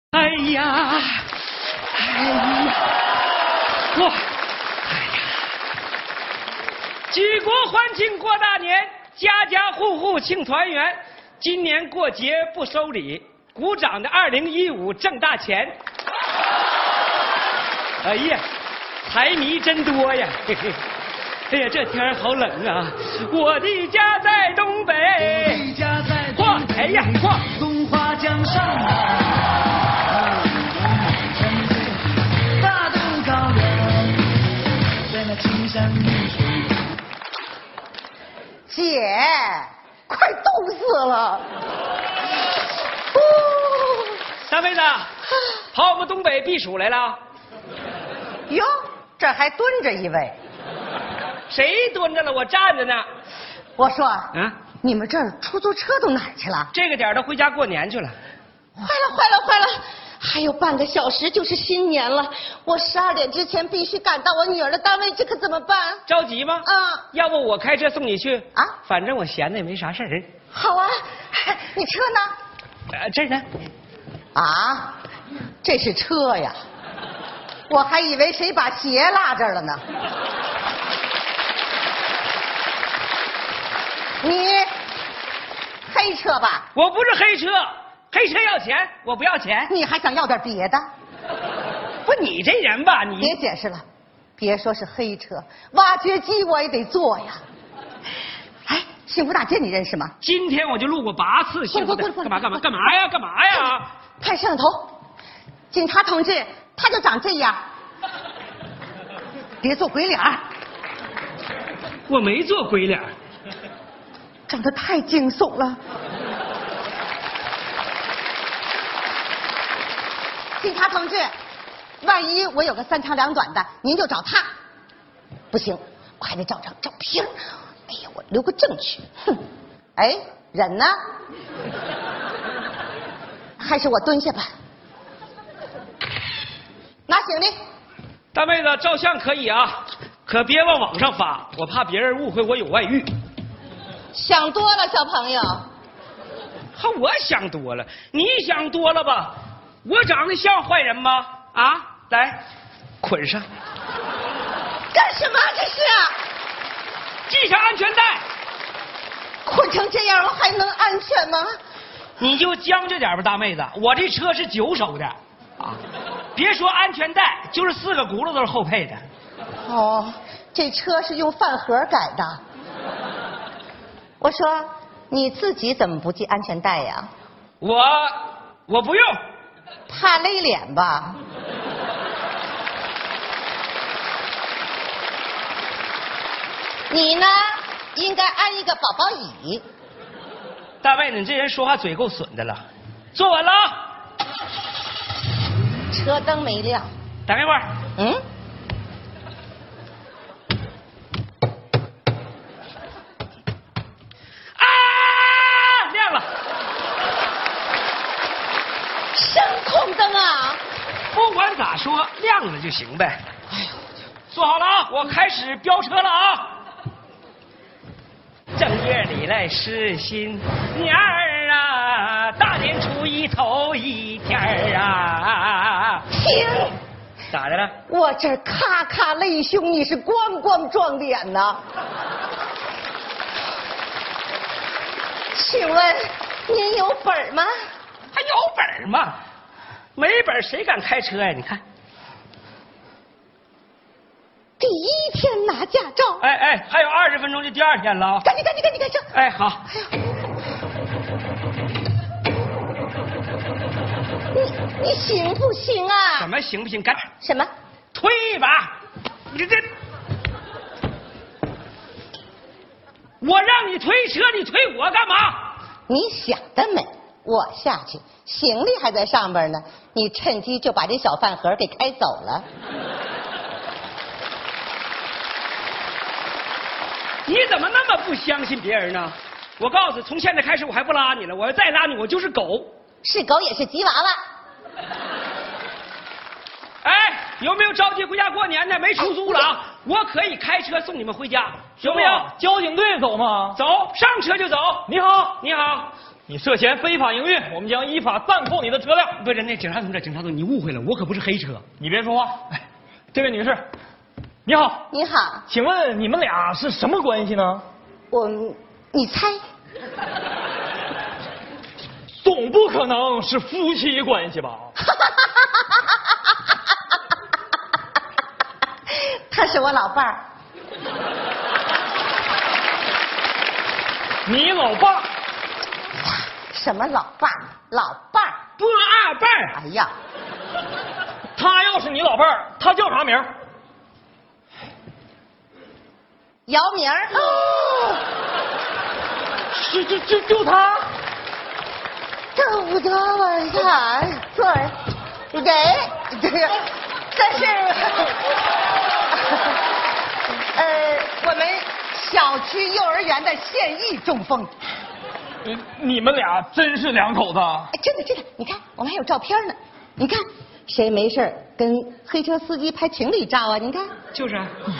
哎说，哎呀，举国欢庆过大年，家家户户庆团圆。今年过节不收礼，鼓掌的二零一五挣大钱。哎呀，财迷真多呀！嘿嘿哎呀，这天儿好冷啊！我的家在东北，一家在东嚯，哎呀，嚯！东花江上啊，城市大渡高原，在那青山绿水。姐，快冻死了！哦，三妹子，啊跑我们东北避暑来了？哟，这还蹲着一位。谁蹲着了？我站着呢。我说，啊，你们这儿出租车都哪儿去了？这个点儿都回家过年去了。坏了坏了坏了！还有半个小时就是新年了，我十二点之前必须赶到我女儿的单位，这可怎么办？着急吗？嗯啊要不我开车送你去啊反正我闲的也没啥事儿。好啊，你车呢？呃，这儿呢？啊，这是车呀！我还以为谁把鞋落这儿了呢。你黑车吧？我不是黑车，黑车要钱，我不要钱。你还想要点别的？不，你这人吧，别你解释了，别说是黑车，挖掘机我也得坐呀。哎，幸福大街你认识吗？今天我就录过八次幸过福的来过干来嘛干过来嘛干嘛呀？干嘛哎呀？看摄像头，警察同志，他就长这样。别做鬼脸儿，我没做鬼脸儿，长得太惊悚了。警察同志，万一我有个三长两短的，您就找他。不行，我还得照张照片儿。哎呀，我留个证据。哼，哎，人呢？还是我蹲下吧。拿行李。大妹子照相可以啊，可别往网上发，我怕别人误会我有外遇。想多了，小朋友。哈，我想多了，你想多了吧？我长得像坏人吗？啊，来，捆上，干什么？这是啊，系上安全带，困成这样了还能安全吗？你就将就点吧，大妹子，我这车是九手的，啊，别说安全带，就是四个轱辘都是后配的。哦，这车是用饭盒改的。我说，你自己怎么不系安全带呀？我我不用，怕勒脸吧？你呢，应该安一个宝宝椅。大妹子，你这人说话嘴够损的了，坐稳了啊，车灯没亮，等一会儿，嗯，啊，亮了，声控灯啊！不管咋说，亮了就行呗。哎呦，坐好了啊，我开始飙车了啊。正月里来是新年儿啊，大年初一头一天儿啊，停！咋的了？我这咔咔勒胸，你是咣咣撞脸呐。请问您有本儿吗？还有本儿吗？没本儿谁敢开车呀、你看，第一天拿驾照，哎哎，还有二十分钟就第二天了啊。赶紧赶紧赶紧赶紧！哎，好，你你行不行啊？怎么行不行？赶紧什么？推一把！你这，我让你推车，你推我干嘛？你想得美！我下去，行李还在上边呢，你趁机就把这小饭盒给开走了。你怎么那么不相信别人呢？我告诉你，从现在开始我还不拉你了，我要再拉你，我就是狗。是狗也是吉娃娃。哎，有没有着急回家过年的？没出租了啊？我可以开车送你们回家，有没有？交警队走吗？走，上车就走。你好，你好，你涉嫌非法营运，我们将依法暂扣你的车辆。不是那警察同志，警察同志，你误会了，我可不是黑车。你别说话，哎，这位女士，你好，你好，请问你们俩是什么关系呢？我，你猜？总不可能是夫妻关 系吧？他是我老伴儿，你老爸什么老伴儿？老伴儿？不二辈儿哎呀，啊他要是你老伴儿，他叫啥名儿？姚明儿。是就就就他？到不到晚上做人，这是，这是，呃，我们小区幼儿园的现役中锋，呃你们俩真是两口子？哎真的真的，你看我们还有照片呢，你看谁没事儿跟黑车司机拍情侣照啊？你看，就是，嗯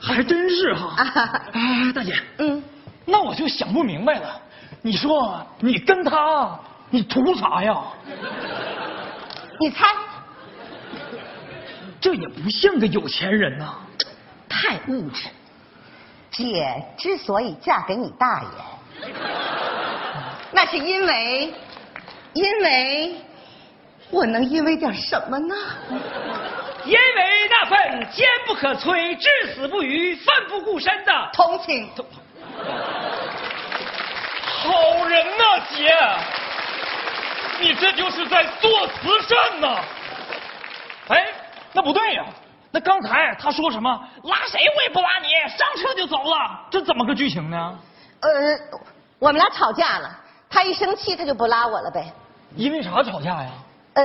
还真是 哈。哎，大姐，嗯，那我就想不明白了，你说你跟他，你图啥呀？你猜，这也不像个有钱人呐、太物质，姐之所以嫁给你大爷， 那是因为，因为我能因为点什么呢？因为那份坚不可摧、至死不渝、奋不顾身的同情。好人呐、姐，你这就是在做慈善呐、哎，那不对呀、那刚才他说什么拉谁我也不拉你，上车就走了，这怎么个剧情呢？呃，我们俩吵架了，他一生气他就不拉我了呗。因为啥吵架呀？呃，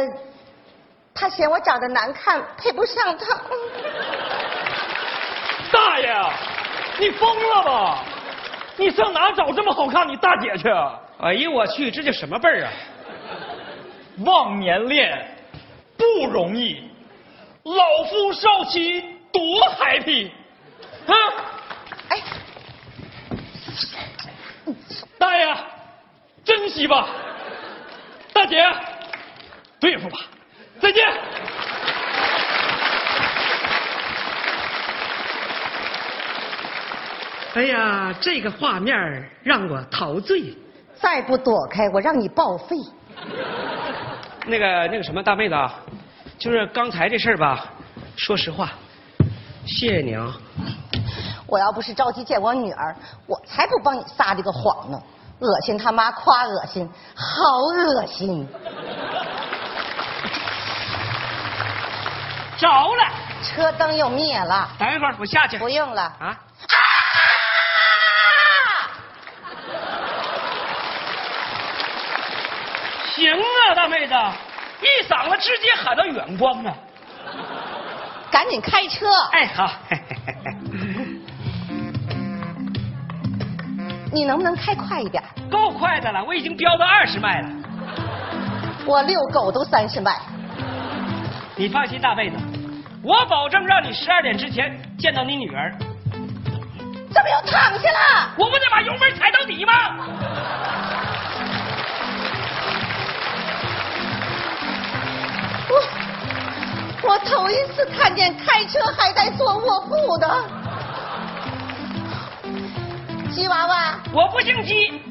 他嫌我长得难看，配不上他。 大爷，你疯了吧？你上哪找这么好看你大姐去？哎呦我去，这叫什么辈儿啊？忘年恋不容易，老夫少妻多 happy 啊！哎，大爷，珍惜吧，大姐，对付吧，再见。哎呀，这个画面儿让我陶醉。再不躲开，我让你报废。那个那个什么大妹子啊，就是刚才这事儿吧，说实话，谢谢你啊。我要不是着急见我女儿，我才不帮你撒这个谎呢。恶心他妈，夸恶心，好恶心！着了，车灯又灭了，等一会儿我下去。不用了。啊，行啊，大妹子，一嗓子直接喊到远光啊。赶紧开车！哎， 好。你能不能开快一点？够快的了，我已经飙到二十迈了。我遛狗都三十迈。你放心，大妹子，我保证让你十二点之前见到你女儿。这不又躺下了？我不得把油门踩到底吗？我我头一次看见开车还带坐卧铺的。吉娃娃，我不姓姬。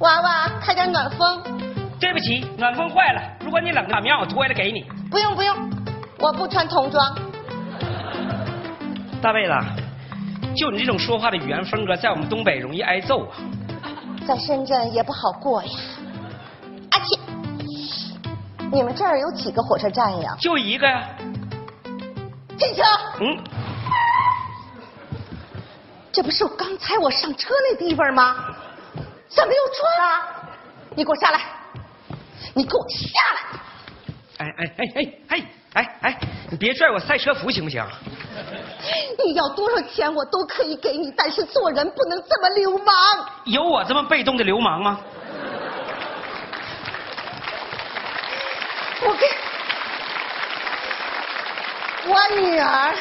娃娃，开点暖风。对不起，暖风坏了。如果你冷的，把棉袄脱下来给你。不用不用，我不穿童装。大妹子，就你这种说话的语言风格，在我们东北容易挨揍啊！在深圳也不好过呀。阿嚏！你们这儿有几个火车站呀？就一个呀，停车！嗯，这不是我刚才我上车那地方吗？怎么又错了？你给我下来！你给我下来！哎哎哎哎哎哎哎，你别拽我赛车服行不行？你要多少钱我都可以给你，但是做人不能这么流氓。有我这么被动的流氓吗？我跟，我女儿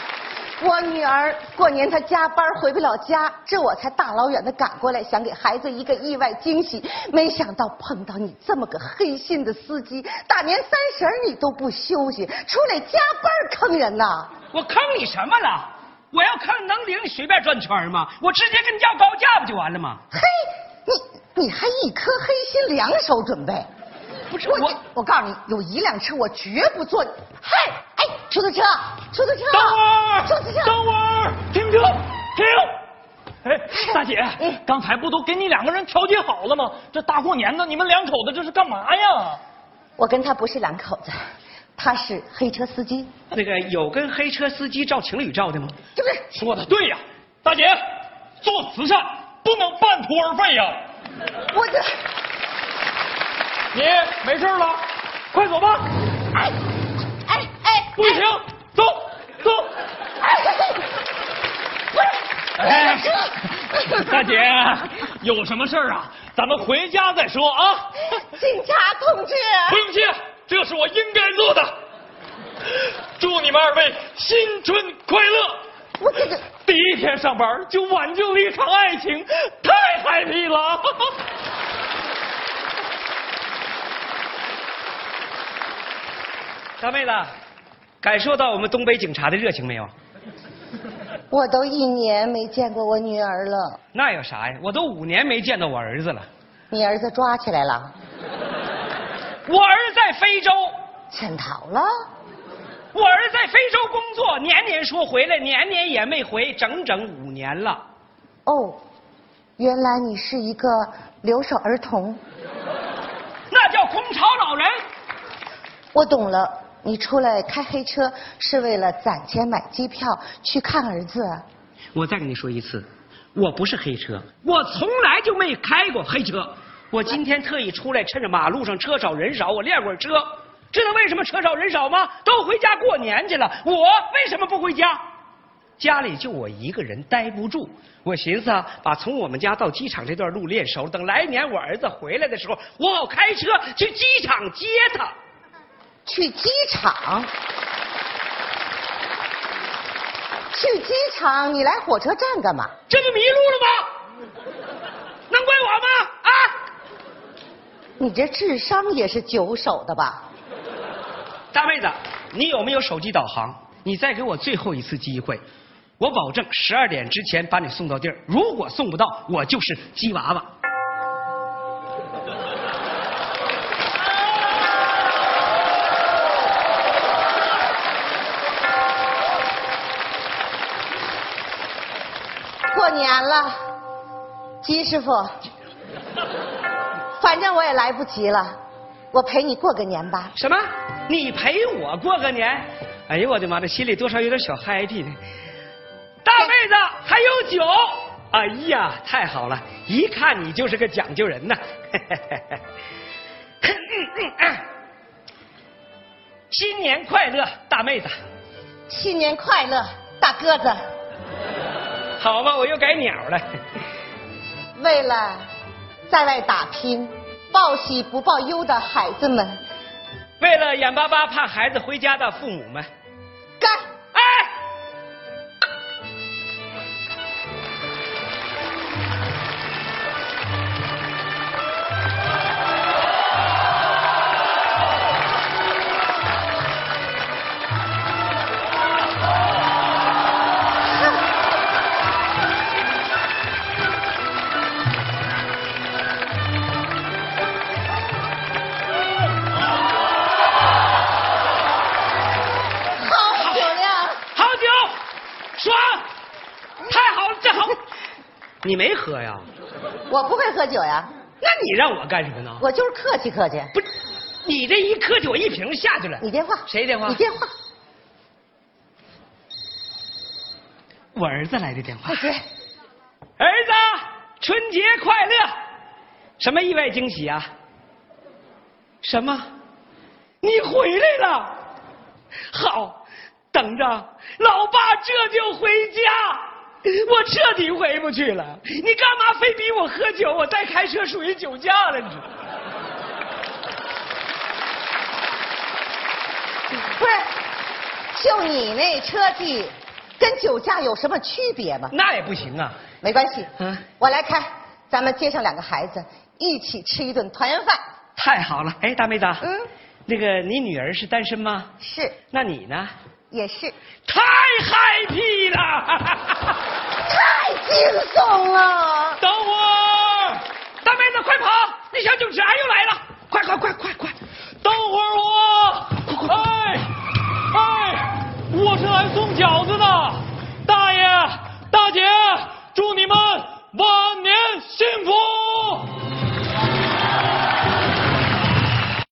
我女儿过年她加班回不了家，这我才大老远的赶过来，想给孩子一个意外惊喜。没想到碰到你这么个黑心的司机，大年三十儿你都不休息，出来加班坑人呐！我坑你什么了？我要坑能领你随便转圈吗？我直接跟你要高价不就完了吗？嘿，你你还一颗黑心两手准备。不是我我，我告诉你，有一辆车我绝不坐。嘿，哎，出租车，出租车，等会啊儿，出租车，等会儿，停车，哦停！哎，大姐嗯哎，刚才不都给你两个人调解好了吗？这大过年的，你们两口子这是干嘛呀？我跟他不是两口子，他是黑车司机，那个有跟黑车司机照情侣照的吗？对不对？说的对呀，大姐，做慈善不能半途而废呀。我这，你没事了，快走吧。哎，哎哎，不行，走走。哎，哎不是，大姐，有什么事儿啊？咱们回家再说啊。警察同志，哎不用谢，这是我应该做的。祝你们二位新春快乐！我这个，第一天上班就挽救了一场爱情，太 happy 了！大妹子，感受到我们东北警察的热情没有？我都一年没见过我女儿了，那有啥呀？我都五年没见到我儿子了。你儿子抓起来了，我儿子在非洲，潜逃了，我儿子在非洲工作，年年说回来，年年也没回，整整五年了。哦，原来你是一个留守儿童。那叫空巢老人。我懂了，你出来开黑车是为了攒钱买机票去看儿子。我再跟你说一次，我不是黑车，我从来就没开过黑车。我今天特意出来，趁着马路上车少人少，我练会儿车。知道为什么车少人少吗？都回家过年去了，我为什么不回家？家里就我一个人待不住，我寻思啊，把从我们家到机场这段路练熟，等来年我儿子回来的时候，我好开车去机场接他。去机场，去机场，你来火车站干嘛？这不迷路了吗？能怪我吗？啊！你这智商也是九手的吧？大妹子，你有没有手机导航？你再给我最后一次机会，我保证十二点之前把你送到地儿。如果送不到，我就是鸡娃娃。过年了，鸡师傅，反正我也来不及了，我陪你过个年吧。什么？你陪我过个年？哎呦我的妈，这心里多少有点小 happy 呢。大妹子，还有酒。哎呀，太好了！一看你就是个讲究人呐。 嗯啊新年快乐，大妹子。新年快乐，大鸽子！好吧，我又改鸟了。为了在外打拼、报喜不报忧的孩子们，为了眼巴巴盼孩子回家的父母们，干！哎，好酒量！好酒，爽，太好了，这好。 你没喝呀？我不会喝酒呀，那你让我干什么呢？我就是客气客气。不是，你这一客气，我一瓶下去了。你电话？谁电话你电话。我儿子来的电话快。接！儿子，春节快乐！什么意外惊喜啊？什么？你回来了？好，等着，老爸这就回家。我彻底回不去了。你干嘛非逼我喝酒？我再开车属于酒驾了，你知道吗？不是，就你那车技，跟酒驾有什么区别吗？那也不行啊！没关系，嗯我来开，咱们接上两个孩子一起吃一顿团圆饭。太好了，哎，大妹子，嗯，那个你女儿是单身吗？是，那你呢？也是，太 happy 了！太惊悚了。等会儿，大妹子，快跑！那小警察又来了！快快快快快！等会儿我，哎，哎，我是来送饺